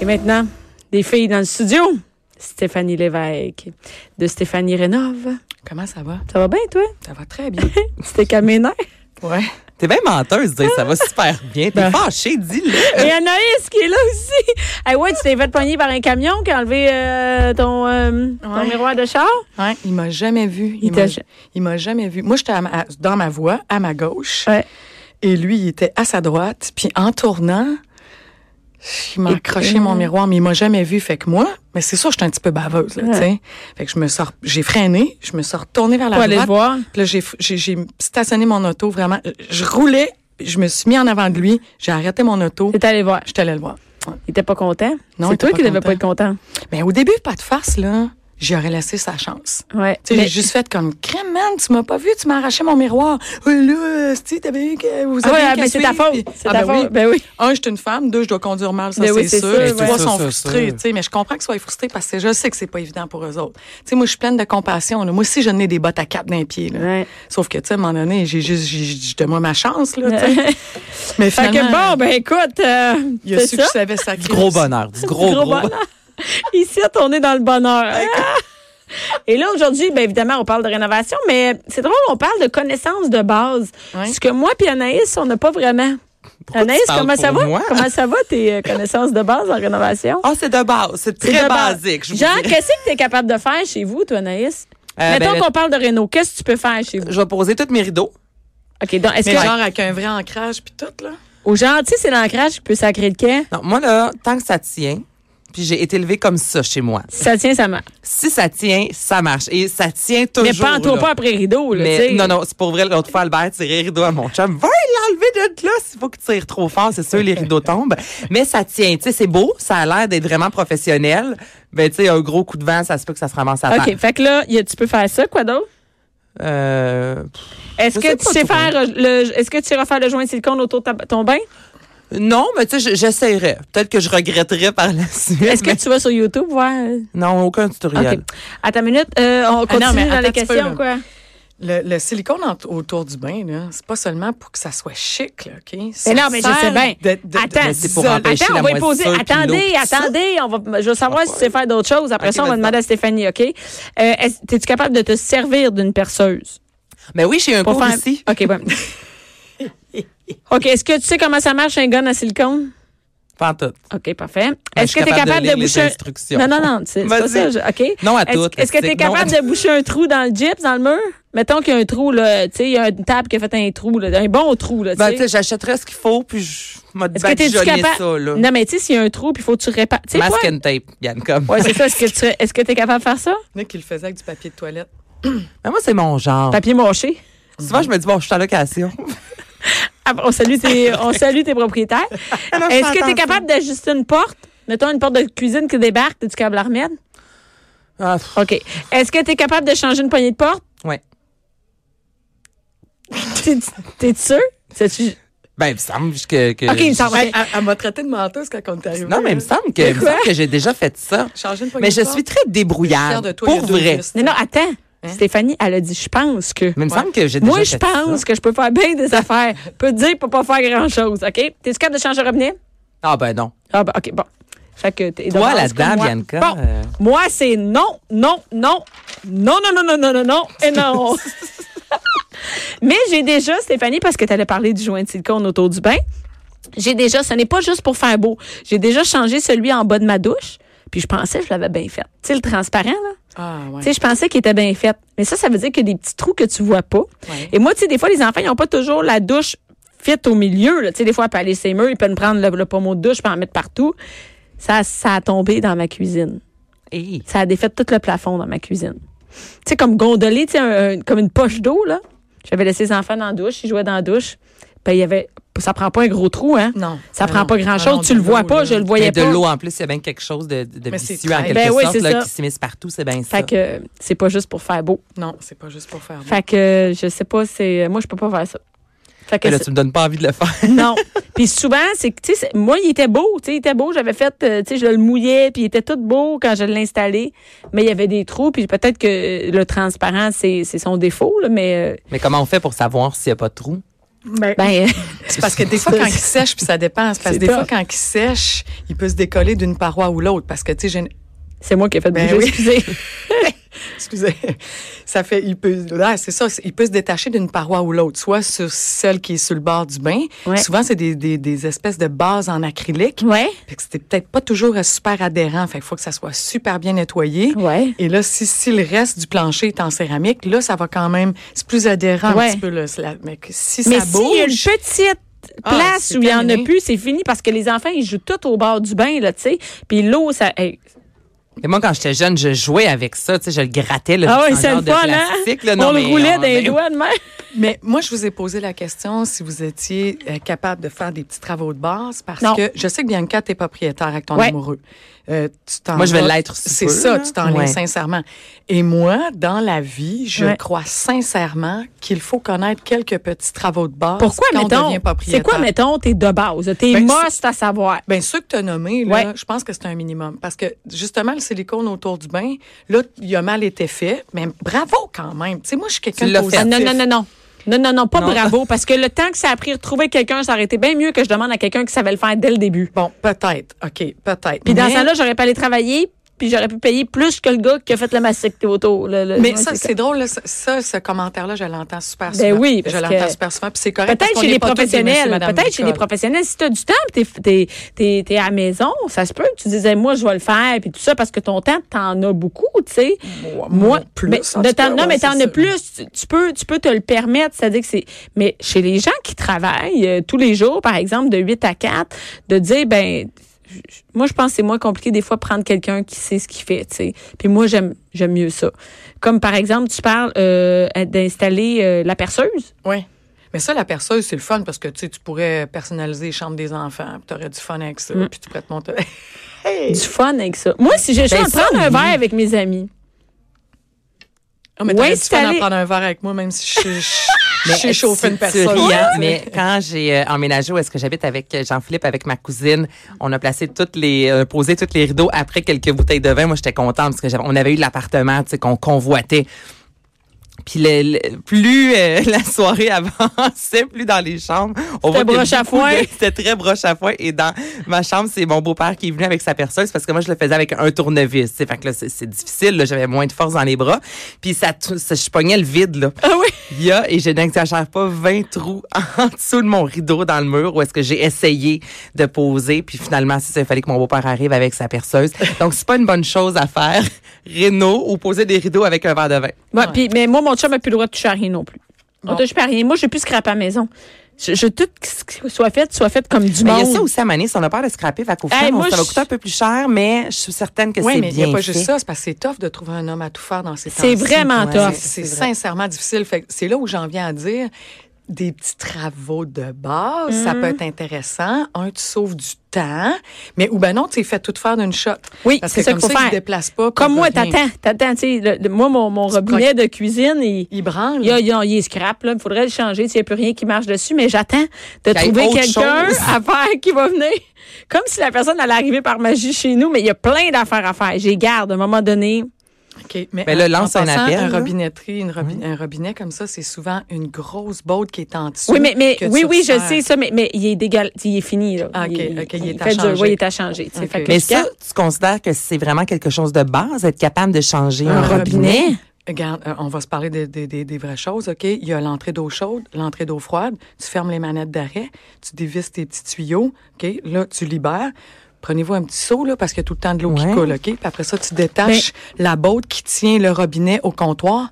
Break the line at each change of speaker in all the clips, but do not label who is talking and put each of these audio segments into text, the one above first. Et maintenant, des filles dans le studio. Stéphanie Lévesque de Stéphanie Rénove.
Comment ça va?
Ça va bien, toi?
Ça va très bien.
C'était caménaire.
Ouais. T'es bien menteuse, dis, ça
Ah!
va super bien.
Ben.
T'es fâchée, dis-le.
Et Anaïs qui est là aussi. Hey, ouais, tu t'es fait pogner par un camion qui a enlevé euh, ton, euh, ton
Ouais.
miroir de char.
Ouais, Hein? il m'a jamais vu.
Il
Il
t'a
m'a-
ja-
il m'a jamais vu. Moi, j'étais à ma- dans ma voie, à ma gauche.
Ouais.
Et lui, il était à sa droite. Puis en tournant, il m'a
Et- hum.
accroché mon miroir, mais il m'a jamais vu. Fait que moi, mais c'est sûr, j'étais un petit peu baveuse, là,
Ouais.
tu sais. Fait que je me sors, j'ai freiné, je me suis retournée vers la
Pour aller le
droite.
voir.
Puis là, j'ai, j'ai, j'ai stationné mon auto vraiment. Je roulais, je me suis mis en avant de lui, j'ai arrêté mon auto,
T'es allé voir.
j'étais allée le voir.
Il était pas content.
Non, il
C'est
était
toi
pas
qui devais
content.
pas être content.
Mais au début, pas de farce, là. J'aurais laissé sa chance.
Ouais.
Tu sais,
Mais-
j'ai juste fait comme crème, man, tu m'as pas vu, tu m'as arraché mon miroir. Oh là, tu t'avais eu que vous
Ah
avez
ouais,
eu qu'à
mais c'est ta
suivre,
faute.
puis-
C'est
Ah,
ta
ben
faute.
oui.
Ben oui.
Un, je suis une femme. Deux, je dois conduire mal, ça,
Ben oui, c'est
c'est sûr.
sûr, ouais.
Et trois
C'est
sont
sûr, c'est
frustrés,
sûr.
tu sais. Mais je comprends qu'ils soient frustrés parce que je sais que c'est pas évident pour eux autres. Tu sais, moi, je suis pleine de compassion. là. Moi aussi, je n'ai des bottes à quatre d'un pied, là.
Ouais.
Sauf que, tu sais, à un moment donné, j'ai juste, j'ai- j'ai- je moi ma chance, là, tu sais. Mais
Fait que
finalement,
bon, ben écoute, euh,
il y a
c'est
ceux qui
ça.
savaient ça.
Du gros bonheur. Du gros,
Gros
gros, bonheur.
bonheur. Ici, on est dans le bonheur. Ah! Et là, aujourd'hui, bien évidemment, on parle de rénovation, mais c'est drôle, on parle de connaissances de base.
Ouais.
Ce que moi et Anaïs, on n'a pas vraiment.
Pourquoi tu
Anaïs,
parles
comment ça
pour
va?
moi?
Comment ça va tes euh, connaissances de base en rénovation?
Ah, c'est de base. C'est
C'est
très
de base.
basique. je vous
Genre,
dirais.
qu'est-ce que tu es capable de faire chez vous, toi, Anaïs?
Euh,
Mettons
ben,
qu'on parle de réno, qu'est-ce que tu peux faire chez vous?
Je vais poser tous mes rideaux.
OK, donc, est-ce
Mais
que,
genre, avec un vrai ancrage, puis tout, là.
au genre, tu sais, c'est l'ancrage qui peut sacrer le camp?
Non, moi, là, tant que ça tient, puis j'ai été élevée comme ça chez moi.
Si ça tient, ça marche.
Si ça tient, ça marche. Et ça tient toujours.
Mais pas
là.
pas après rideau, là, tu
Mais
sais.
non, non, c'est pour vrai, l'autre fois, Albert tirait les rideaux à mon chum. Va l'enlever de là s'il faut qu'il tire trop fort, c'est sûr, les rideaux tombent. Mais ça tient, tu sais, c'est beau, ça a l'air d'être vraiment professionnel. Ben, tu sais, un gros coup de vent, ça se peut que ça se ramasse à terre.
OK, fait que là, y a- tu peux faire ça, quoi d'autre?
Euh, pff,
Est-ce
Je
que
sais
tu
pas
sais
trop.
faire euh, le est-ce que tu sais refaire le joint de silicone autour de ta- ton bain?
non, mais tu sais, je- j'essayerais. Peut-être que je regretterais par la suite.
Est-ce que
mais-
tu vas sur YouTube voir? euh,
Non, aucun tutoriel.
OK. À ta minute, euh,
Ah
on continue
non, mais
dans les
attends un petit peu,
questions,
là.
quoi.
Le, le silicone en- autour du bain, là, c'est pas seulement pour que ça soit chic, là, OK?
Mais
C'est
Ben non, mais je sais
sert
bien.
de- de- de-
Attends,
mais c'est pour
d'isoler.
empêcher
Attends, on
la
va y poser.
moisissure, Ah, puis
Attendez,
l'eau, puis ça.
attendez. On va, je veux savoir si tu sais faire d'autres choses. Après
Ok,
ça, on va
vas-y,
demander à Stéphanie, OK? Euh, est-ce- T'es-tu capable de te servir d'une perceuse?
Mais oui, j'ai un cours
faire-
ici.
OK, bon. OK, est-ce que tu sais comment ça marche un gun à silicone?
Pas en tout.
OK, parfait.
Ben,
Est-ce
je
que tu
suis
es
capable
capable de
de lire les
boucher. un-
instructions.
Non, non, non, c'est c'est pas ça.
Vas-y.
je- OK.
Non à
Est-ce-
toutes,
Est-ce que tu es
Lexi, non
capable
à-
de boucher un trou dans le gyps, dans le mur? Mettons qu'il y a un trou, là. Tu sais, il y a une table qui a fait un trou, là, un bon trou, là. tu
Ben,
sais.
tu sais, j'achèterais ce qu'il faut, puis je m'a
Est-ce que t'es
badigeonné
capable?
ça, là.
Non, mais tu sais, s'il y a un trou, puis il faut que tu répares. Tu sais,
Mask
toi-
and tape, Yann, comme.
Ouais, c'est ça. Est-ce que tu est-ce que es capable de faire ça?
Il y en a qui le faisaient avec du papier de toilette.
Mais Ben, moi, c'est mon genre.
Papier mâché.
Souvent, je me dis, bon, je suis à location.
Ah, On salue tes, on salue tes propriétaires.
Alors,
Est-ce que
j'entends
tu es
ça.
capable d'ajuster une porte? Mettons une porte de cuisine qui débarque, t'es-tu câble à remettre?
Ah, pff,
OK. Est-ce que tu es capable de changer une poignée de porte?
ouais.
T'es- T'es sûr? C'est-tu-
Ben, il me semble que. que-
OK, il me semble.
Elle, elle- elle m'a traité de menteuse quand on est arrivé.
Non, mais il me semble que, il me
Quoi?
semble que j'ai déjà fait ça.
Changer une poignée
Mais je
de
suis
porte.
très débrouillard.
Fière de toi, il y a
Pour
deux
vrai.
gestes.
Non, non, attends. Stéphanie, elle a dit, je pense que.
Hein? Mais il me semble que j'ai déjà
Moi, je
fait ça.
pense que je peux faire bien des affaires. Je peux te dire pour pas faire grand-chose, OK? T'es capable de changer de robinet?
Ah, ben non.
Ah, ben, OK, bon. Fait que t'es
Toi,
de base
là-dedans,
comme moi.
Bianca,
Bon,
euh,
moi, c'est non, non, non, non, non, non, non, non, non, non, et non. Mais j'ai déjà, Stéphanie, parce que tu allais parler du joint de silicone autour du bain, j'ai déjà, ce n'est pas juste pour faire beau. J'ai déjà changé celui en bas de ma douche, puis je pensais que je l'avais bien fait. Tu sais, le transparent, là?
Ah, ouais.
Tu sais, je pensais qu'il était bien fait. Mais ça, ça veut dire qu'il y a des petits trous que tu vois pas. Et moi, tu sais, des fois, les enfants, ils n'ont pas toujours la douche fit au milieu. là. Tu sais, des fois, elle peut aller ses murs, ils peuvent me prendre le, le pommeau de douche, puis en mettre partout. Ça, ça a tombé dans ma cuisine.
Hey.
Ça a défait tout le plafond dans ma cuisine. Tu sais, comme gondoler, tu sais, un- un- comme une poche d'eau, là. J'avais laissé les enfants dans la douche, ils jouaient dans la douche. Puis Ben, il y avait ça prend pas un gros trou, hein?
Non.
Ça
Mais
prend
non. Ah
pas grand
Non,
chose.
non,
Tu le
de
vois
l'eau,
pas,
là.
je le voyais
Mais de
pas.
l'eau, en plus, il y a bien quelque chose de, de
Mais c'est
vicieux, en
très-
quelque
Ben oui,
sorte,
c'est
là,
ça.
qui s'immisce partout, c'est bien ça.
Fait que c'est pas juste pour faire beau.
Non, c'est pas juste pour faire.
Fait que euh, je sais pas, c'est. Moi, je peux pas faire ça. Fait que
Mais là,
c'est-
tu me donnes pas envie de le faire.
Non. Puis souvent, c'est que, tu sais, c'est- moi, il était beau. Tu sais, il était beau. J'avais fait, euh, tu sais, je le mouillais, puis il était tout beau quand je l'ai installé. Mais il y avait des trous, puis peut-être que euh, le transparent, c'est c'est son défaut, là, mais.
Mais comment on fait pour savoir s'il n'y a pas de trou?
euh, ben,
C'est parce que des fois, quand il sèche, puis ça dépend. c'est
C'est
Parce que des
tough.
fois, quand il sèche, il peut se décoller d'une paroi ou l'autre. Parce que, tu sais, j'ai une-
c'est moi qui ai fait
Ben
bouger,
oui.
excusez.
excusez, ça fait, il peut, là, c'est ça, c'est- il peut se détacher d'une paroi ou l'autre, soit sur celle qui est sur le bord du bain.
Ouais.
Souvent, c'est des, des, des espèces de bases en acrylique.
Ouais.
Fait que c'était peut-être pas toujours euh, super adhérent. Fait qu'il faut que ça soit super bien nettoyé.
Ouais.
Et là, si, si le reste du plancher est en céramique, là, ça va quand même, c'est plus adhérent
Ouais.
un petit peu, là. c'est la- mais que si
Mais
ça
s'il y a une
bouge.
petite
Ah,
place
c'est
où il y en a
terminé.
plus, c'est fini parce que les enfants, ils jouent tout au bord du bain, là, tu sais. Puis l'eau, ça. hey,
Et moi, quand j'étais jeune, je jouais avec ça, tu sais, je le grattais, le
Ah oui,
en
c'est
genre
le
de
fun, hein?
plastique, là, non,
on le
mais
roulait
on-
d'un
ben,
doigt de main.
Mais moi, je vous ai posé la question si vous étiez euh, capable de faire des petits travaux de base parce
Non.
que je sais que Bianca, t'es propriétaire avec ton
Ouais.
amoureux. Euh, tu t'en
Moi, je vais
vas-
l'être sous
C'est
peu,
ça,
là.
tu t'en
Ouais.
sincèrement. Et moi, dans la vie, je
Ouais.
crois sincèrement qu'il faut connaître quelques petits travaux de base
Pourquoi,
quand on
mettons?
devient
C'est
propriétaire.
quoi, mettons, t'es de base? T'es
Ben,
must à savoir.
Ben, ceux que tu as nommés, là,
Ouais.
je pense que c'est un minimum. Parce que, justement, le silicone autour du bain, là, il a mal été fait, mais bravo quand même. Tu sais, moi, je suis quelqu'un
Tu
de
l'as
Ah,
positif.
fait.
non, non, non, non. Non, non, non, pas
Non.
bravo, parce que le temps que ça a pris de trouver quelqu'un, ça aurait été bien mieux que je demande à quelqu'un qui savait le faire dès le début.
Bon, peut-être. OK, peut-être.
Puis dans
Mais-
ce là j'aurais pas allé travailler, puis j'aurais pu payer plus que le gars qui a fait la mastectomie. Le, le, Euh,
Mais
ouais,
ça,
c'est
c'est drôle, là, ça, ça, ce commentaire-là, je l'entends super
Ben
souvent.
oui,
je
parce
l'entends
que-
super souvent, puis c'est correct. parce
Peut-être
qu'on
chez
n'est
les
pas tous des messieurs,
professionnels.
madame
Peut-être chez les
Nicole.
professionnels. Si tu as du temps, puis t'es- t'es t'es- t'es à la maison, ça se peut que tu disais, moi, je vais le faire, puis tout ça, parce que ton temps, t'en as beaucoup, tu sais.
Moi,
Moi,
plus,
mais
en
de
tout cas,
t'en- non,
ouais,
mais
c'est
t'en
ça.
as plus. Tu, tu peux, tu peux te le permettre. C'est-à-dire que c'est. Mais chez les gens qui travaillent euh, tous les jours, par exemple, de 8 à 4, de dire, ben. j- j- Moi, je pense que c'est moins compliqué des fois prendre quelqu'un qui sait ce qu'il fait, tu sais. Puis moi, j'aime j'aime mieux ça. Comme par exemple, tu parles euh, d'installer euh, la perceuse.
Oui. Mais ça, la perceuse, c'est le fun parce que tu sais, tu pourrais personnaliser les chambres des enfants, tu aurais du fun avec ça,
Mm.
puis tu pourrais te monter.
du fun avec ça. Moi, si j'ai je suis en
Ben, ça,
train de prendre un
oui.
verre avec mes amis.
Ah, mais t'aurais
Ouais,
du
c'est
fun à
allé-
prendre un verre avec moi, même si je suis- je suis chauffé
tu-
une
tu
personne.
ris, hein,
Ouais.
mais quand j'ai euh, emménagé où est-ce que j'habite avec euh, Jean-Philippe, avec ma cousine, on a placé toutes les, euh, posé toutes les rideaux après quelques bouteilles de vin. Moi, j'étais contente parce que j'avais- on avait eu l'appartement, tu sais, qu'on convoitait. Puis le, le- plus euh, la soirée avançait, plus dans les chambres,
C'était
on voit qu'il y a
broche à
beaucoup
foin.
de- C'était très broche à foin. Et dans ma chambre, c'est mon beau-père qui est venu avec sa perceuse parce que moi, je le faisais avec un tournevis. tu sais. Fait que là, c'est c'est difficile. là. J'avais moins de force dans les bras. Puis ça, tou- ça- je pognais le vide. Là.
Ah oui.
Il y a, et je n'exagère pas, 20 trous en dessous de mon rideau dans le mur où est-ce que j'ai essayé de poser. Puis finalement, c'est ça, il fallait que mon beau-père arrive avec sa perceuse. Donc, c'est pas une bonne chose à faire, réno, ou poser des rideaux avec un verre de vin.
Ouais, puis- mais moi, mon chum n'a plus le droit de toucher à rien non plus. On
Bon.
touche pas à rien. Moi, je plus scraper à la maison. Je, je- tout ce qui soit fait, soit fait comme du
Mais
monde.
Ben, il y a ça aussi à Manis, on a peur de scraper, fait qu'au
Hey,
final, on-
moi,
ça va
je-
coûter un peu plus cher, mais je suis certaine que
Oui,
c'est
mais
bien
il n'y a pas
fait.
juste ça, c'est parce que c'est tough de trouver un homme à tout faire dans ces temps
C'est vraiment
Ouais,
tough.
C'est
c'est vrai.
sincèrement difficile. Fait que c'est là où j'en viens à dire des petits travaux de base, ça
Mhm.
peut être intéressant. Un, tu sauves du temps, mais ou ben non, tu es fait tout faire d'une shot.
Oui,
Parce
c'est
que
ça
comme
qu'il faut
ça, il
faire.
se déplace pas. puis
Comme
il
moi,
revient.
t'attends, t'attends, tu sais, le- le- moi, mon, mon robinet de cuisine, il,
Il branle.
il, y a- il y a- il est scrap, là. Il faudrait le changer, tu sais, il n'y a plus rien qui marche dessus, mais j'attends de
Qu'il y ait
trouver
autre
quelqu'un
chose.
à faire qui va venir. Comme si la personne allait arriver par magie chez nous, mais il y a plein d'affaires à faire. J'ai garde, à un moment donné.
OK, Mais,
Mais Ben là,
en- en
lance un
passant,
appel, là.
robinetterie, une robi- un robinet comme ça, c'est souvent une grosse botte qui est en dessous.
Oui, mais, mais
que tu
oui, oui, je
resserres.
sais ça, mais, mais il est dégueulasse. Il est fini, là.
Ah, ok,
il,
ok, il est à
fait dur.
changer.
Oui, il est à changer. tu sais.
Ok.
Fait que
Mais
je
ça,
garde-
tu considères que c'est vraiment quelque chose de base, être capable de changer un,
Un
robinet?
robinet.
Regarde, euh, on va se parler des, des- des- des vraies choses, OK? Il y a l'entrée d'eau chaude, l'entrée d'eau froide. Tu fermes les manettes d'arrêt, tu dévisses tes petits tuyaux, OK? Là, tu libères. Prenez-vous un petit seau, là, parce qu'il y a tout le temps de l'eau qui
Ouais.
coule, OK? Puis après ça, tu détaches la botte qui tient le robinet au comptoir.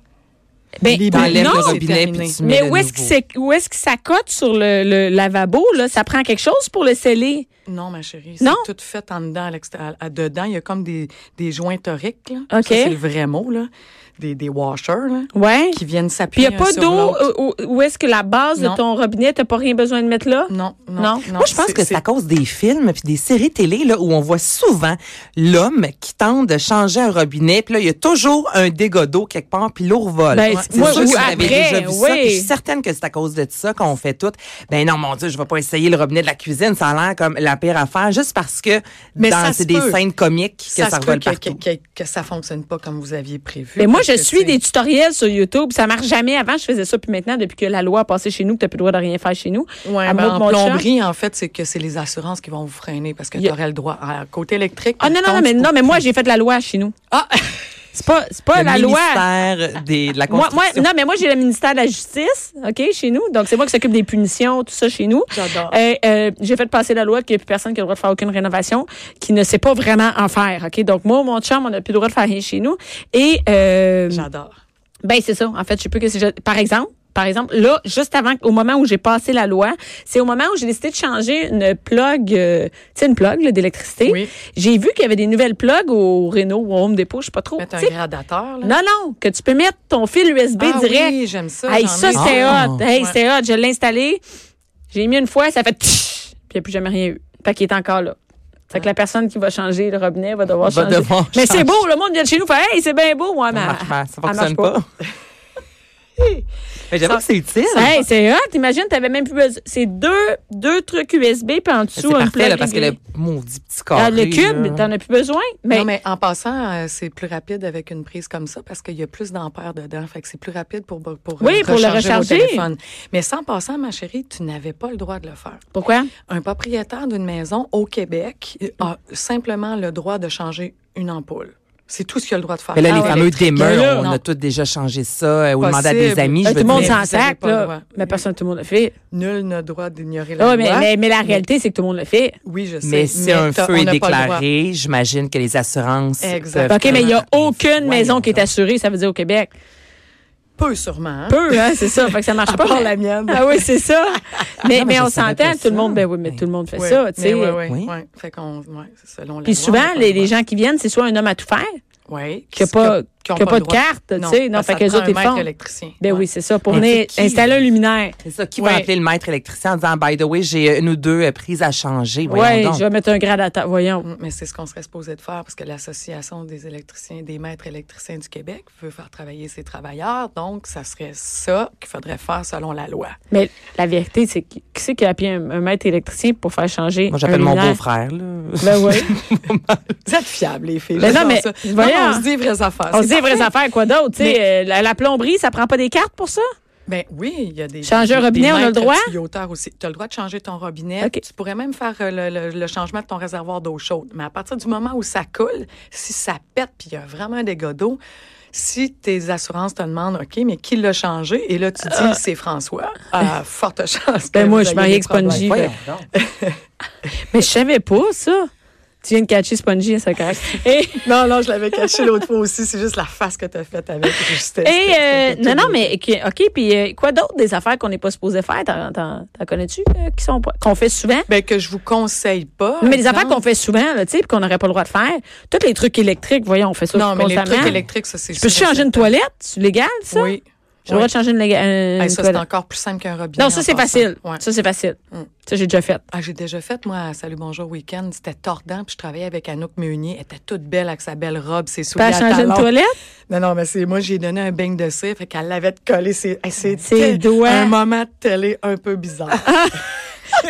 Ben,
Libère-
T'enlèves
non,
le
c'est
robinet
terminé.
puis tu mets
Mais
le
où est-ce que
nouveau.
c'est, où est-ce que ça cote sur le, le lavabo, là? Ça prend quelque chose pour le sceller.
Non, ma chérie.
Non?
C'est tout fait en dedans, à, l'extérieur- à- dedans. Il y a comme des, des joints toriques, là.
OK.
Ça, c'est le vrai mot, là. Des, des washers, là.
Ouais.
Qui viennent
Puis
s'appuyer.
il n'y a pas
un sur
d'eau euh,
l'autre.
où, où est-ce que la base de
Non.
ton robinet, t'as pas rien besoin de mettre là?
Non, non,
euh, Non.
non.
Moi, je pense que c'est à cause des films puis des séries télé là où on voit souvent l'homme qui tente de changer un robinet, puis là il y a toujours un dégât d'eau quelque part, puis l'eau revole.
Ben,
C'est
moi,
sûr
ou
que vous avez
après,
déjà vu ça,
oui.
puis je suis certaine que c'est à cause de ça qu'on fait tout. Ben non, mon Dieu, je vais pas essayer le robinet de la cuisine, ça a l'air comme la pire affaire, juste parce que
Mais
dans
ça se
c'est des
peut.
scènes comiques que ça,
ça, se peut
revole
que,
partout.
que- que- que ça fonctionne pas comme vous aviez prévu.
Mais Ben, moi,
parce
je
que, tu
suis
sais,
des tutoriels sur YouTube. Ça marche jamais. Avant, je faisais ça. Puis maintenant, depuis que la loi a passé chez nous, que t'as plus le droit de rien faire chez nous.
Ouais,
à
ben,
moins que
en
mon chum-
plomberie, en fait, c'est que c'est les assurances qui vont vous freiner parce que
Y a-
tu aurais le droit à côté électrique.
Ah
par
non, non, non,
contre,
mais,
tu
non,
peux-
mais moi, j'ai fait de la loi chez nous.
Ah!
C'est pas, c'est pas
Le
la loi.
ministère des, de la
Moi,
construction.
moi, non, mais moi, j'ai le ministère de la Justice, OK, chez nous. Donc, c'est moi qui s'occupe des punitions, tout ça chez nous.
J'adore.
Et, euh, j'ai fait passer la loi qu'il n'y a plus personne qui a le droit de faire aucune rénovation, qui ne sait pas vraiment en faire, OK? Donc, moi, mon chum, on n'a plus le droit de faire rien chez nous. Et, euh,
J'adore.
ben, c'est ça. En fait, je sais plus que c'est. je- Par exemple. Par exemple, là, juste avant, au moment où j'ai passé la loi, c'est au moment où j'ai décidé de changer une plug, euh, tu sais, une plug là, d'électricité.
Oui.
J'ai vu qu'il y avait des nouvelles plugs au Renault ou au Home Depot, je sais pas trop.
Mettre
Tu
un
sais,
gradateur, là.
non, non, que tu peux mettre ton fil USB
Ah
direct.
oui, j'aime ça.
Hey,
j'en
ça,
ai.
c'était
Ah.
hot. Hey,
Ouais.
c'était hot. Je l'ai installé. J'ai mis une fois, ça fait tch, puis il n'y a plus jamais rien eu. Fait qu'il est encore là. Fait que la personne qui va changer le robinet va devoir
Va
changer.
devoir
mais c'est
changer.
beau, le monde vient de chez nous, fait Hey, c'est bien beau, moi, mais.
ça marche pas, ça
elle marche
fonctionne pas. mais j'avoue que c'est utile.
Hey, c'est hot. Imagine, t'avais même plus besoin. C'est deux, deux trucs USB, puis en
C'est
dessous, un
parfait, là, parce que
plug
le
réglé.
maudit petit
Ah,
carré.
le
là.
cube, t'en as plus besoin. Mais,
Non, mais en passant, euh, c'est plus rapide avec une prise comme ça parce qu'il y a plus d'ampères dedans. Fait que c'est plus rapide pour, pour, pour
Oui, pour le recharger.
Au téléphone. Mais sans passant, ma chérie, tu n'avais pas le droit de le faire.
pourquoi?
Un propriétaire d'une maison au Québec a simplement le droit de changer une ampoule. C'est tout ce qu'il a le droit de faire.
Mais là,
Ah
les
ouais.
fameux
Mais là,
démeurs, on
non.
a tous déjà changé ça, euh, ou demandé à des
Possible.
amis.
Hey,
je
tout
veux
le monde
dire.
s'en
vous avez
sac,
pas le
là.
droit.
Mais personne, tout le monde le fait.
Nul n'a droit d'ignorer la
Ah, mais,
loi.
mais, mais la réalité, c'est que tout le monde le fait.
Oui, je sais.
Mais si un
t'as-
feu
on
est
n'a pas le droit.
déclaré, j'imagine que les assurances.
Exact.
peuvent-
OK, mais il n'y a aucune
Voyons
maison qui est
donc.
assurée, ça veut dire au Québec.
Peu sûrement. hein.
Peu, hein, c'est ça. Fait que ça marche
À
pas.
part la mienne.
Ah oui, c'est ça. Mais, mais,
mais
on
je savais
s'entend,
pas
tout le
ça.
monde, ben oui, mais
Oui.
tout le monde fait
Ouais.
ça, tu
Mais
sais.
ouais, ouais,
Oui.
ouais. Fait qu'on, ouais, c'est selon la
Puis
loi, on n'a
souvent,
pas le
les,
droit.
les gens qui viennent, c'est soit un homme à tout faire,
Oui.
qui n'a pas,
qui ont
qui a pas
le
de
droit.
carte, tu sais. Non,
parce
fait
que
que les
ça
autres,
prend un
ils
maître
font.
électricien.
Ben
Ouais.
oui, c'est ça. Pour
Mais
venir
c'est qui?
installer un luminaire.
C'est ça. Qui
Ouais.
va appeler le maître électricien en disant, by the way, j'ai une ou deux euh, prises à changer. Voyons
Oui,
donc.
je vais mettre un gradateur. Voyons.
Mm, Mais c'est ce qu'on serait supposé de faire parce que l'Association des électriciens, des maîtres électriciens du Québec veut faire travailler ses travailleurs. Donc, ça serait ça qu'il faudrait faire selon la loi.
Mais la vérité, c'est qui qui c'est qui a appelé un, un maître électricien pour faire changer.
Moi, j'appelle
un
mon
luminaire?
beau-frère, là.
Ben oui.
Vous êtes fiables, les filles.
Mais non,
J'adore
mais
ça.
voyons.
Non, on se dit vraies affaires.
On se
C'est
dit les vraies
parfait.
affaires, quoi d'autre? tu sais, euh, la, la plomberie, ça prend pas des cartes pour ça?
Ben oui, il y a des.
Changer un
des
robinet, on a le
maîtres
droit?
tuyauteurs aussi. Tu as le droit de changer ton robinet.
OK.
Tu pourrais même faire euh, le, le- le changement de ton réservoir d'eau chaude. Mais à partir du moment où ça coule, si ça pète puis il y a vraiment un dégât d'eau, si tes assurances te demandent, OK, mais qui l'a changé? Et là, tu dis, c'est François. Ah, forte chance.
Ben
que
moi,
vous
je suis mariée
ayez des
avec Spongy.
problèmes.
Voyons donc.
Mais je savais pas ça. Tu viens de catcher Spongy, hein, ça correct. Et,
Non, non, je l'avais caché l'autre fois aussi. C'est juste la face que tu as faite avec. Justine.
et, euh, non, non, mais ok, ok, puis euh, quoi d'autre des affaires qu'on n'est pas supposé faire? T'en, t'en- t'en connais-tu euh, qui sont pas- qu'on fait souvent?
Ben, que je vous conseille pas.
mais les
exemple.
affaires qu'on fait souvent, là, tu sais, puis qu'on n'aurait pas le droit de faire. Tous les trucs électriques, voyons, on fait ça
Non, mais les
constamment.
trucs électriques, ça, c'est
Je peux
sûr et
changer une
certain.
toilette? C'est légal, ça?
Oui.
J'ai le droit
Oui.
de changer une, léga- euh,
Hey,
une
ça, c'est
toilette.
encore plus simple qu'un robinet.
Non, ça,
en
c'est
passant.
facile.
Ouais.
Ça, c'est facile.
Mm.
Ça, j'ai déjà fait.
Ah, j'ai déjà fait, moi, à Salut Bonjour Week-end. C'était tordant, puis je travaillais avec Anouk Meunier. Elle était toute belle avec sa belle robe, ses souliers
Pas
à
changer une
talons.
toilette?
Non, non, mais c'est moi, j'ai donné un beigne de cire, fait qu'elle l'avait de coller ses, Hey, c'était
Ses doigts.
un moment de télé un peu bizarre.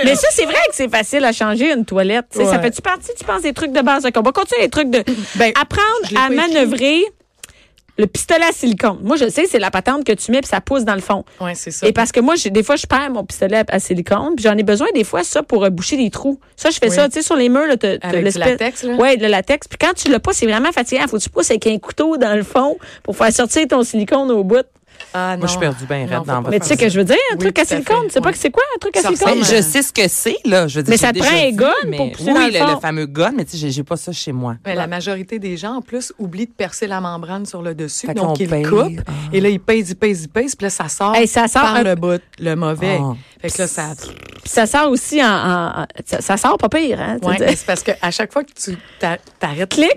Mais ça, c'est vrai que c'est facile à changer une toilette. Tu sais, Ça
Ouais.
fait-tu partie, tu penses, des trucs de base? On va continuer les trucs de.
Ben, je l'ai
Apprendre à
pas écrit.
manœuvrer le pistolet à silicone. Moi, je le sais, c'est la patente que tu mets puis ça pousse dans le fond.
ouais, c'est ça.
Et parce que moi, j'ai- des fois, je perds mon pistolet à- à silicone, puis j'en ai besoin des fois, ça, pour euh, boucher des trous. Ça, je fais
Oui.
ça, tu sais, sur les murs, là, t'as- t'as
Avec du
l'espèce-
latex, là?
Ouais, le latex. Puis quand tu l'as pas, c'est vraiment fatigant. Faut que tu pousses avec un couteau dans le fond pour faire sortir ton silicone au bout.
Ah,
Moi, je suis
non.
perdu bien
Non,
raide
faut
dans
pas
votre
Mais tu sais que je veux dire, un
Oui,
truc
tout
à
à
silicone.
fait.
Tu sais pas
Ouais.
que c'est quoi un truc à
Ça ressemble
silicone?
à-
Je sais ce que c'est, là. Je veux dire,
Mais ça
j'ai
te prend
déjà
un
vu,
gun
mais-
pour pousser
Oui,
dans le
le,
fond.
le fameux gun, mais tu sais, j'ai- j'ai pas ça chez moi.
Mais Ben, la majorité des gens, en plus, oublient de percer la membrane sur le dessus.
Fait qu'on
donc, ils
paye.
le coupent. Et là, ils pèsent, ils pèsent, ils pèsent. Puis là, ça sort,
Ah. Hey, ça sort
par
un-
le bout, le mauvais.
Ah.
Fait que là, ça...
Puis ça sort aussi en. en- en- ça, ça sort pas pire, hein? tu
Ouais,
sais.
mais c'est parce qu'à chaque fois que tu t'a- t'arrêtes...
Clic.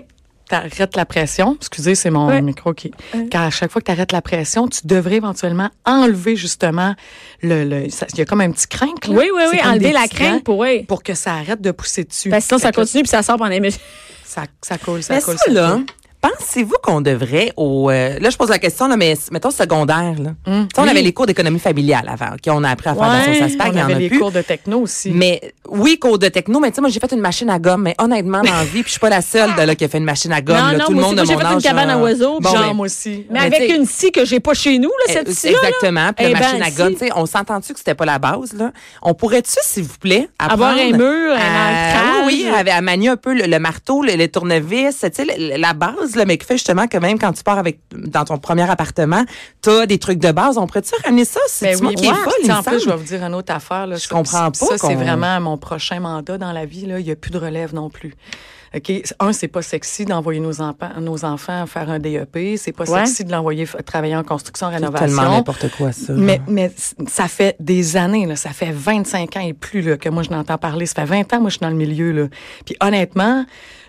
T'arrêtes la pression. Excusez, c'est mon
Ouais.
micro qui... Car à chaque fois que t'arrêtes la pression, tu devrais éventuellement enlever, justement, le... le- ça- Il y a comme un petit crinque, là.
Oui, oui,
C'est
oui.
comme
Enlever
des
la
petits
crainte
dents
pour. Oui.
Pour que ça arrête de pousser dessus.
Parce que sinon, ça
Fait que là,
continue puis ça sort pendant les méchants.
Ça, ça coule, ça
Mais
coule,
ça, là,
hein?
coule.
pensez-vous qu'on devrait au... euh, là, je pose la question, là, mais s- mettons secondaire, là.
Hum.
Tu sais, on
Oui.
avait les cours d'économie familiale avant, OK? On a appris à faire
Ouais.
de la sauce à
Ben, On
spag, il y en
avait
a
les
plus.
cours de techno aussi.
Mais oui, cours de techno, mais tu sais, moi, j'ai fait une machine à gomme, mais honnêtement, dans la vie, puis je suis pas la seule de là, qui a fait une machine à gomme.
Non,
là,
non,
tout le
moi
monde
aussi,
de
moi,
mon
j'ai fait une
âge,
cabane
euh,
à oiseaux,
bon,
genre,
mais-
ben, moi aussi.
Mais
Mais
avec
t'sais-
une scie que j'ai pas chez nous, là, cette
Eh,
scie-là. là.
Exactement. Puis
Eh
la
ben,
machine à
si.
gomme, tu sais, on s'entend-tu que c'était pas la base, là? On pourrait-tu, s'il vous plaît,
Avoir
apprendre
un mur, euh, un
à-
ancrage?
Oui, oui, à, à manier un peu le, le marteau, le, le tournevis, tu sais, le- la base, là, mais qui fait justement que même quand tu pars avec, dans ton premier appartement, t'as des trucs de base. On pourrait-tu ramener ça? C'est
Ben
Mais
moi
Ben oui,
qui est
ouais.
folle,
Puis,
il
en
me
plus, je vais
semble.
vous dire une autre affaire. Là.
Je comprends pas
Ça, c'est
qu'on-
vraiment mon prochain mandat dans la vie. Là. Il n'y a plus de relève non plus. OK? Un, c'est pas sexy d'envoyer nos, empa- nos enfants faire un DEP. C'est pas
Ouais.
sexy de l'envoyer f- travailler en construction,
C'est
rénovation.
tellement n'importe quoi, ça.
Mais, mais c- ça fait des années, là, ça fait 25 ans et plus là, que moi je n'entends parler. Ça fait 20 ans, moi je suis dans le milieu. Là. Puis honnêtement,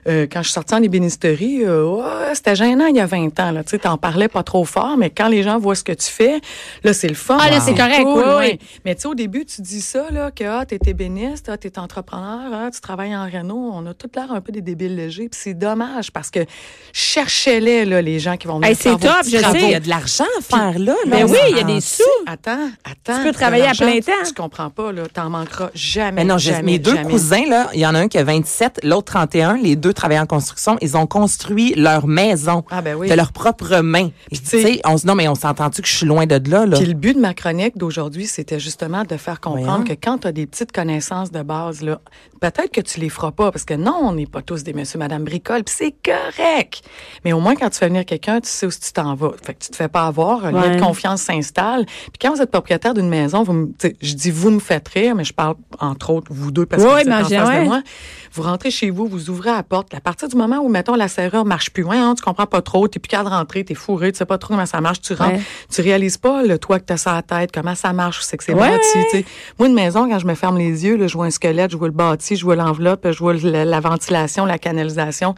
euh, quand je suis sortie en ébénisterie, euh, ouais, c'était gênant il y a 20 ans. Là. Tu sais, t'en parlais pas trop fort, mais quand les gens voient ce que tu fais, là c'est le fun.
Ah, là, c'est correct,
cool,
oui,
ouais.
oui.
Mais tu sais, au début, tu dis ça, là, que ah, t'es ébéniste, ah, t'es entrepreneur, ah, tu travailles en Renault. On a tout l'air un peu des débiles légers. Puis c'est dommage parce que cherchez-les, là, les gens qui vont venir
Hey, c'est
faire vos
top,
petits
je
travaux.
sais.
il y a de l'argent à faire, là. là, Ah.
Ben
on
oui, il y a
s'entend.
des sous.
Attends, attends.
peux
de
travailler à
l'argent,
plein temps.
Tu comprends pas, là. T'en manqueras jamais.
Mais non, j'ai-
jamais,
mes deux
jamais.
cousins, là, il y en a un qui a 27, l'autre 31, les deux travaillent en construction. Ils ont construit leur maison
Ah, ben oui.
de leurs propres mains. Puis, tu sais, on se dit, non, mais on s'entend-tu que je suis loin de là, là?
Puis le but de ma chronique d'aujourd'hui, c'était justement de faire comprendre
Voyons.
que quand tu as des petites connaissances de base, là, peut-être que tu les feras pas, parce que non, on n'est pas tous des monsieur, madame bricole, puis c'est correct. Mais au moins, quand tu fais venir quelqu'un, tu sais où tu t'en vas. Fait que tu te fais pas avoir, un lien
Ouais.
de confiance s'installe. Puis quand vous êtes propriétaire d'une maison, vous me, tu sais, je dis vous me faites rire, mais je parle entre autres vous deux, parce que
Ouais,
vous
ouais,
êtes
mais
en
en général,
face de
ouais.
moi. Vous rentrez chez vous, vous ouvrez la porte. À partir du moment où, mettons, la serrure marche plus, ouais, hein, tu comprends pas trop, t'es plus qu'à de rentrer, t'es fourré, tu sais pas trop comment ça marche, tu rentres,
Ouais.
tu réalises pas le toit que t'as sur la tête, comment ça marche, c'est que c'est
Ouais.
bâti, tu sais. Moi, une maison, quand je me ferme les yeux, là, je vois un squelette, je vois le bâti, je vois l'enveloppe, je vois le- la, la ventilation, la canalisation.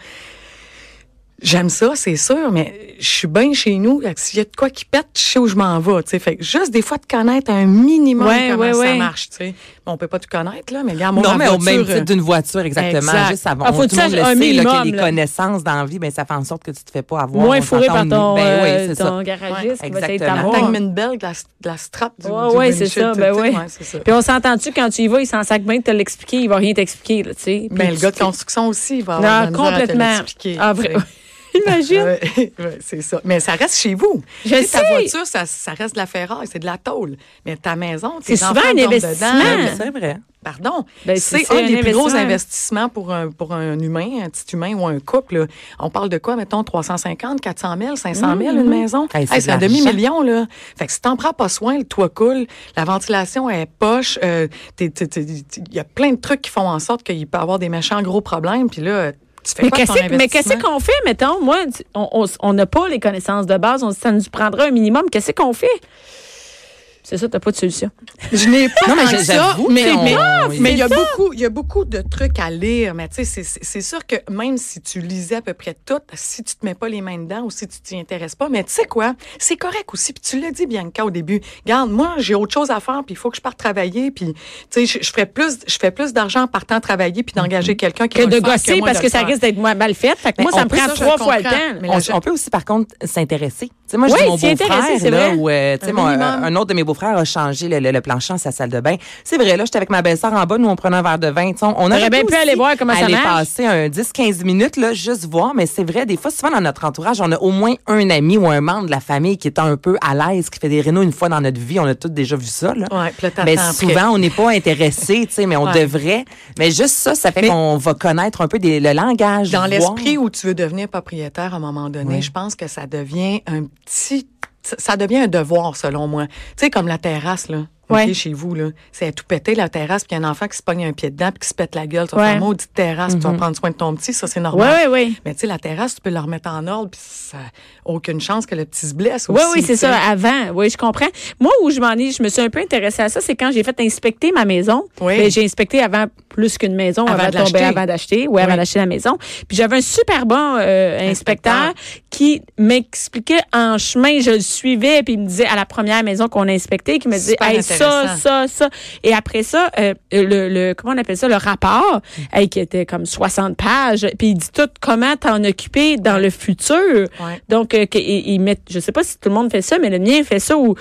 J'aime ça, c'est sûr, mais je suis bien chez nous. Fait que S'il y a de quoi qui pète, je sais où je m'en vais. tu sais. Fait que juste des fois de connaître un minimum
Ouais,
comment
ouais,
ça
ouais.
marche. tu sais. Bon, on peut pas tout connaître, là, mais regarde, euh, moi,
non,
ma
mais au même
voiture,
titre d'une voiture, exactement.
Exact.
Juste avant.
Ah,
on-
faut que tu
tout le monde le
saches un
sait, là, qu'il y a
minimum,
des
là.
connaissances dans la vie, ben, ça fait en sorte que tu te fais pas avoir.
Moins
on
fourré
s'entend
par
au-
ton,
ben,
euh,
oui, c'est
ton
ça.
garagiste qui va
exactement.
essayer de t'avoir.
La une belle de la, de la strap du,
Ah, Ouais,
du
ouais, c'est
windshield,
ça,
tu sais,
ben
tu sais,
ouais.
c'est ça.
Puis on s'entend-tu quand tu y vas, il s'en sac bien de te l'expliquer, il va rien t'expliquer, là, tu sais.
Ben,
Puis
le gars de
tu-
construction aussi, il va avoir
Non,
de Ah la misère à te
complètement.
l'expliquer,
Ah,
tu sais.
vrai. Imagine.
Ouais, ouais, c'est ça. Mais ça reste chez vous.
Je
Tu sais, Ta
sais.
voiture, ça, ça reste de la ferraille, c'est de la tôle. Mais ta maison, tes
C'est
enfants
souvent un
tombent
investissement.
dedans.
Ben, C'est vrai.
Pardon.
Ben,
c'est
c'est
un,
un
des plus gros
investissement.
investissements pour un, pour un humain, un petit humain ou un couple. là. On parle de quoi, mettons, 350, 400 000, 500 000, une maison?
Hey, c'est
Hey,
de
c'est un
l'argent.
demi-million, là. Fait que si t'en prends pas soin, le toit coule, la ventilation est poche, euh, t'es- t'es- t'es- il y a plein de trucs qui font en sorte qu'il peut avoir des méchants gros problèmes, puis là, tu fais
Mais
quoi de ton
qu'est-ce mais qu'est-ce
investissement?
qu'on fait, mettons? Moi, tu- on- on s- on n'a pas les connaissances de base, on se dit, ça nous prendra un minimum. Qu'est-ce qu'on fait? C'est ça, t'as pas de solution.
Je n'ai pas
Non, mais
tant
je-
que ça,
j'avoue,
mais,
c'est
mais-
grave,
mais
c'est
il y a
ça.
beaucoup, il y a beaucoup de trucs à lire. Mais tu sais, c'est- c'est c'est sûr que même si tu lisais à peu près tout, si tu te mets pas les mains dedans ou si tu t'y intéresses pas, mais tu sais quoi, c'est correct aussi. Puis tu l'as dit Bianca au début. Garde, moi j'ai autre chose à faire, puis il faut que je parte travailler, puis tu sais, je, je ferais plus, je fais plus d'argent en partant travailler puis d'engager quelqu'un qui
Que
va
de
le faire
gosser
moi
parce
de
que
le
ça
faire.
risque d'être moins mal fait. Fait que
Mais
moi, ça
on
me
peut,
prend
ça, je
trois fois le
comprends.
temps.
Mais
on,
la gen-
on peut aussi, par contre, s'intéresser. Tu sais, moi, j'ai
Oui,
mon
s'y intéresser, c'est
beau-frère, là,
vrai.
où, euh, tu sais,
Un
mon-
minimum.
un, un autre de mes beaux-frères a changé le, le- le plancher en sa salle de bain. C'est vrai, là, j'étais avec ma belle-sœur en bas, nous, on prenait un verre de vin. Tu sais, On, on aurait
bien
pu
pu
aussi
aller voir comment ça
aller
marche.
passer un 10-15 minutes, là, juste voir. Mais c'est vrai, des fois, souvent, dans notre entourage, on a au moins un ami ou un membre de la famille qui est un peu à l'aise, qui fait des rénaux une fois dans notre vie. On a tous déjà vu ça, là.
Ouais, puis là, t'attends
mais
après.
souvent, on n'est pas intéressé, tu sais, mais on
Ouais.
devrait. Mais juste ça, ça fait
Mais-
qu'on va connaître un peu des- le langage.
Dans
voir.
l'esprit où tu veux devenir propriétaire à un moment donné, je pense que ça devient un petit ça- ça devient un devoir, selon moi. Tu sais, comme la terrasse, là.
Ouais.
ok, chez vous, là. C'est à tout péter, la terrasse, puis il y a un enfant qui se pogne un pied dedans, puis qui se pète la gueule. Tu vas
Ouais. Mhm.
faire maudite terrasse, puis tu vas prendre soin de ton petit, ça, c'est
Oui,
normal.
oui, oui.
Mais tu sais, la terrasse, tu peux la remettre en ordre, puis ça aucune chance que le petit se blesse aussi.
Oui, oui, c'est
tu sais.
ça, avant. Oui, je comprends. Moi, où je m'en ai, je me suis un peu intéressée à ça, c'est quand j'ai fait inspecter ma maison.
Oui.
Ben, j'ai inspecté avant plus qu'une maison, avant,
Avant de
de tomber,
l'acheter.
avant d'acheter. Oui, avant
Oui.
d'acheter la maison. Puis j'avais un super bon euh, inspecteur,
Inspecteur.
qui m'expliquait en chemin, je le suivais, puis il me disait à la première maison qu'on a inspectée, qui me disait
Super
hey, ça,
intéressant.
ça, ça. Et après ça, euh, le, le- comment on appelle ça, le rapport,
Mm.
hey, qui était comme 60 pages, puis il dit tout comment t'en occuper dans le futur.
Ouais.
Donc, euh, que- ils, ils mettent, je sais pas si tout le monde fait ça, mais le mien fait ça où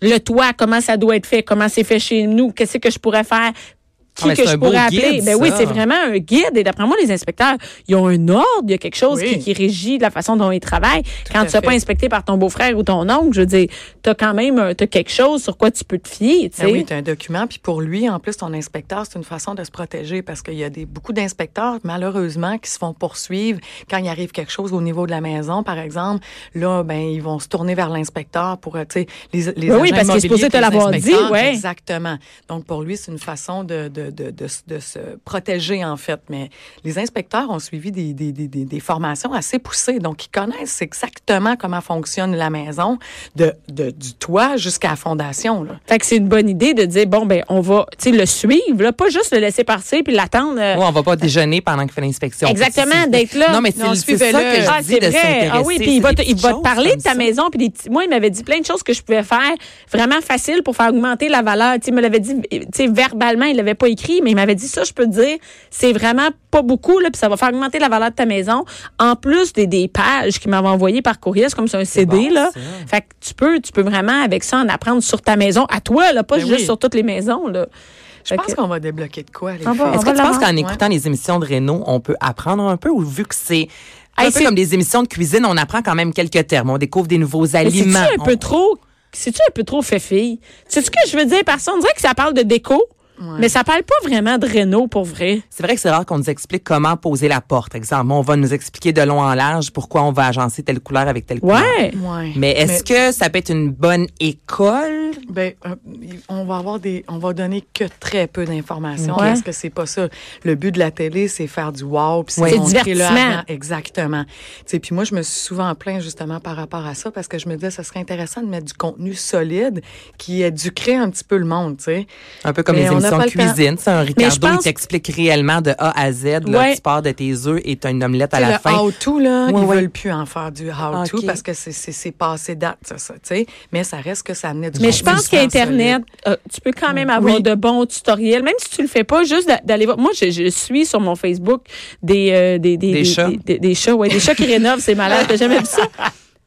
le toit, comment ça doit être fait, comment c'est fait chez nous, qu'est-ce que je pourrais faire, qui
Ah, mais
que
c'est
je
un beau
pourrais
guide,
appeler. ben oui,
ça.
c'est vraiment un guide. Et d'après moi, les inspecteurs, ils ont un ordre, il y a quelque chose
Oui.
qui, qui régit la façon dont ils travaillent. quand
à
tu n'es pas
fait.
inspecté par ton beau-frère ou ton oncle, je veux dire, tu as quand même un- t'as quelque chose sur quoi tu peux te fier. tu
Ah
Ben oui,
sais.
t'as un document. Puis pour lui, en plus, ton inspecteur, c'est une façon de se protéger parce qu'il y a des, beaucoup d'inspecteurs, malheureusement, qui se font poursuivre quand il arrive quelque chose au niveau de la maison, par exemple. Là, ben, ils vont se tourner vers l'inspecteur pour, euh, tu sais, les, les
Ben oui, parce qu'il
agents
est
immobiliers
supposé te
puis les
l'avoir dit,
inspecteurs,
ouais.
Exactement. Donc, pour lui, c'est une façon de, de, de, de s- de se protéger, en fait. Mais les inspecteurs ont suivi des, des, des, des- des formations assez poussées. Donc, ils connaissent exactement comment fonctionne la maison, de, de, du toit jusqu'à la fondation, là.
fait que c'est une bonne idée de dire, bon, ben on va tu sais, le suivre, là, pas juste le laisser partir puis l'attendre. euh,
Ouais, on va pas déjeuner pendant qu'il fait l'inspection.
Exactement,
C'est-
d'être là.
Non, mais c'est
Non,
c'est ça
suivez-le.
que je
Ah,
dis
c'est
de
vrai.
s'intéresser.
Ah oui, puis
c'est
il va
des
te, il
petites
va te
choses
parler
comme
de ta
ça.
maison puis des petits- moi il m'avait dit plein de choses que je pouvais faire vraiment facile pour faire augmenter la valeur. Tu sais, il me l'avait dit tu sais verbalement, il l'avait pas écrit mais il m'avait dit ça je peux te dire, c'est vraiment pas beaucoup là puis ça va faire augmenter la valeur de ta maison en plus des, des pages qu'il m'avait envoyées par courriel, c'est comme c'est un CD
bon,
là.
ça.
Fait que tu peux tu peux vraiment avec ça en apprendre sur ta maison à toi là, pas
Ben
juste
oui.
sur toutes les maisons là.
Je
Fait
pense
que-
qu'on va débloquer de quoi, les
Ah bon?
filles.
On
Est-ce
va
que tu penses
l'avoir.
qu'en écoutant les émissions de Renault, on peut apprendre un peu ou vu que c'est un
Hey,
peu
c'est-
comme des émissions de cuisine, on apprend quand même quelques termes, on découvre des nouveaux
Mais c'est-tu
aliments.
un peu
On-
trop. C'est-tu un peu trop fait fille? C'est-tu que je veux dire par ça? On dirait que ça parle de déco, mais ça parle pas vraiment de Renault pour vrai.
C'est vrai que c'est rare qu'on nous explique comment poser la porte. Exemple, on va nous expliquer de long en large pourquoi on va agencer telle couleur avec telle couleur.
Ouais.
Ouais.
Mais est-ce que ça peut être une bonne école?
ben, euh, on va avoir des, on va donner que très peu d'informations
Ouais.
parce que c'est pas ça. Le but de la télé, c'est faire du wow, puis c'est
Ouais. C'est
montrer le
divertissement.
avant. exactement. Tu sais, puis moi, je me suis souvent plaint justement par rapport à ça parce que je me disais, ça serait intéressant de mettre du contenu solide qui éduquerait un petit peu le monde, tu sais.
Un peu comme
Mais
les
on n'a
émissions
pas
de
le temps.
cuisine. C'est un Ricardo,
pense-
il t'explique réellement de A à Z. Là,
Ouais.
Tu pars de tes œufs et tu as une omelette à
Tu sais,
la
le
fin.
how-to, là,
Ouais,
ils
ouais.
veulent plus en faire du how-to
Ok.
parce que c'est- c'est c'est passé date, ça, ça, tu sais. Mais ça reste que ça amenait du
Mais je
contenu
pense qu'Internet,
solide.
euh, tu peux quand même avoir
Oui.
de bons tutoriels, même si tu le fais pas, juste d'a- d'aller voir. Moi, je, je suis sur mon Facebook des, euh, des,
Des chats.
Des, des- des chats, ouais, des chats qui rénovent, c'est malade. T'as jamais vu ça?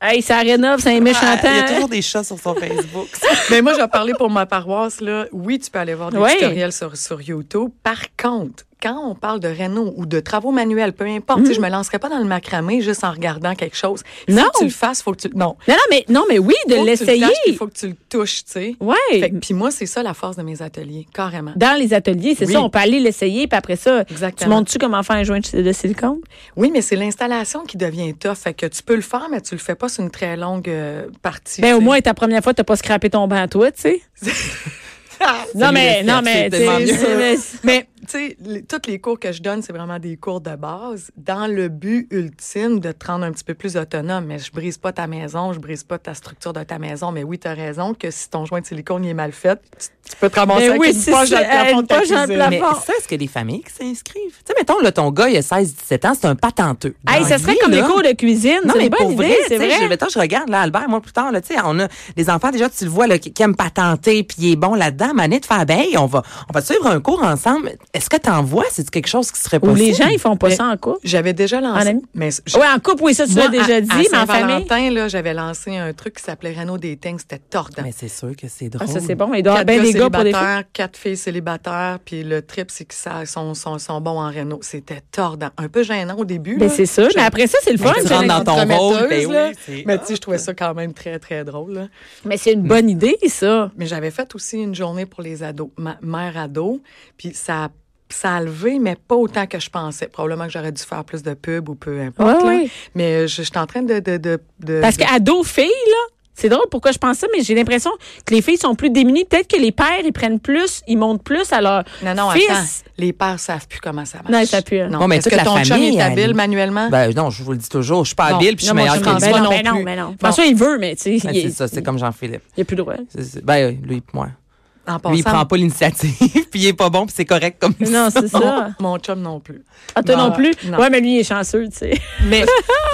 Hey, ça rénove, c'est un méchant
Ah, Il y a
temps.
toujours des chats sur son Facebook.
Mais moi, j'ai parlé pour ma paroisse, là. Oui, tu peux aller voir des
Ouais.
tutoriels sur, sur YouTube. Par contre, quand on parle de réno ou de travaux manuels, peu importe, tu sais, je me lancerai pas dans le macramé juste en regardant quelque chose.
Mm. Non.
Faut que tu le fasses, faut que tu... Non.
Non, non, mais, non, mais oui, de
Faut que tu le
l'essayer.
tâches, puis faut que tu le touches, tu sais.
Ouais.
Fait que- Puis moi, c'est ça la force de mes ateliers, carrément.
Dans les ateliers, c'est
Oui.
ça, on peut aller l'essayer, puis après ça, tu
Exactement.
montres-tu comment faire un joint de de silicone?
Oui, mais c'est l'installation qui devient tough. Fait que tu peux le faire, mais tu le fais pas sur une très longue euh, partie.
Ben,
tu
au
sais.
moins, ta première fois, t'as pas scrappé ton bain à toi, tu sais. non,
Ah,
mieux
mais,
de
non,
faire,
mais,
c'est tellement
tu
mieux.
sais, c'est- mais-
Mais, tu sais, les- tous les cours que je donne, c'est vraiment des cours de base dans le but ultime de te rendre un petit peu plus autonome. Mais je brise pas ta maison, je brise pas ta structure de ta maison. Mais oui, tu as raison que si ton joint de silicone il est mal fait, tu, tu peux te ramasser
Ben
avec
oui,
une
c'est
poche
ça,
dans le plafond de ta
une poche dans le
cuisine.
plafond.
Mais
Bon.
ça, est-ce que des familles qui s'inscrivent? Tu sais, mettons, là, ton gars, il a 16-17 ans, c'est un patenteux.
Hey,
Dans
ça
la
serait
vie,
comme les
là,
cours de cuisine.
Non,
c'est
mais
une bonne
pour
idée,
vrai,
c'est
tu sais,
vrai.
je, mettons, je regarde, là, Albert, moi, plus tard, là, tu sais, on a des enfants, déjà, tu le vois, là, qui, qui aiment patenter, puis il est bon là-dedans, manette, fait, ben, on va, on va suivre un cours ensemble. Est-ce que t'en vois? C'est quelque chose qui serait
Ou
possible?
les gens, ils font pas
Mais-
ça en couple.
J'avais déjà
En
lancé.
ami?
mais je-
Oui, en couple, oui, ça, tu
Moi,
l'as déjà
à-
dit,
à
mais en famille.
Saint-Valentin, là, j'avais lancé un truc qui s'appelait Renault Dating, c'était tordant.
Mais c'est sûr que c'est drôle.
Ah, ça, c'est bon. Il doit y avoir
quatre
bien
gars
des gars pour des filles.
célibataires, quatre filles célibataires, puis le trip, c'est qu'ils sa- sont, sont, sont bons en réno. C'était tordant. Un peu gênant au début.
Ben,
là.
c'est sûr.
Je-
Mais après ça, c'est le fun.
tu
c'est
rentres
une-
dans ton
comprometteuse,
rôle, ben
là.
oui, c'est-
Mais tu sais, je trouvais ça quand même très, très drôle. là.
Mais c'est une bonne idée, ça.
Mais j'avais fait aussi une journée pour les ados, ma mère ado, puis ça a ça a levé, mais pas autant que je pensais. Probablement que j'aurais dû faire plus de pub ou peu importe.
Ouais,
là.
ouais.
Mais je, je suis en train de... de, de, de-
Parce
de-
qu'ado-fille, là, C'est drôle pourquoi je pense ça, mais j'ai l'impression que les filles sont plus démunies. Peut-être que les pères, ils prennent plus, ils montent plus à leur
Non, non,
fils.
attends. Les pères savent plus comment ça marche.
Non, ils savent plus, hein.
Non,
Bon, mais
Est-ce
toute
que
la
ton chum
famille,
est habile
elle-
manuellement?
Ben non, je vous le dis toujours, je suis pas
Hein? Non.
habile puis je suis
Non, moi,
meilleure
je
que
pense
les
pas
autres.
Ben non, ben non,
non plus.
ben non.
Bon.
François, il veut, mais tu sais,
Ben,
il
c'est ça, c'est comme Jean-Philippe.
il a plus le droit.
C'est- c'est- Ben, euh, lui, moi.
en
Lui, il prend pas l'initiative, puis il est pas bon, puis c'est correct comme
Non,
ça.
c'est ça.
Mon chum non plus.
Ah, toi non,
Non,
plus?
non.
Ouais, mais lui, il est chanceux, tu sais.
Mais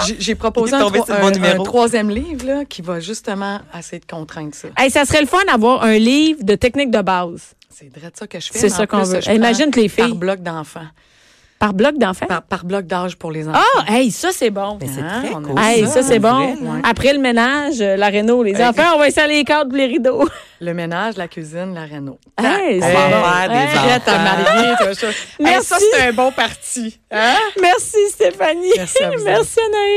j'ai- j'ai proposé
Il est
un,
tombé
tro-
sur le bon
un-
numéro.
un troisième livre là, qui va justement essayer de contraindre ça.
Hey, ça serait le fun d'avoir un livre de techniques de base
C'est vrai de ça que je fais.
C'est
mais
ça
en
qu'on
plus,
veut.
je prends
Imagine que les filles-
Par bloc d'enfants.
par bloc d'enfants.
Par, par bloc d'âge pour les enfants.
Ah, hey, ça, c'est bon.
Mais c'est
Ah,
très
on a
cool.
Hey, ça, c'est
on
bon.
dirait, là.
Après le ménage, euh, la réno, les
Hey.
enfants, on va installer les cadres pour les rideaux.
Le ménage, la cuisine, la réno.
Hey,
On
c'est
va
bon.
en faire des
Hey,
enfants.
Prête à marier, toi, ça. Hey,
Merci.
ça, c'est un bon parti. Hein?
Merci, Stéphanie.
Merci à vous.
Merci, Anaïs.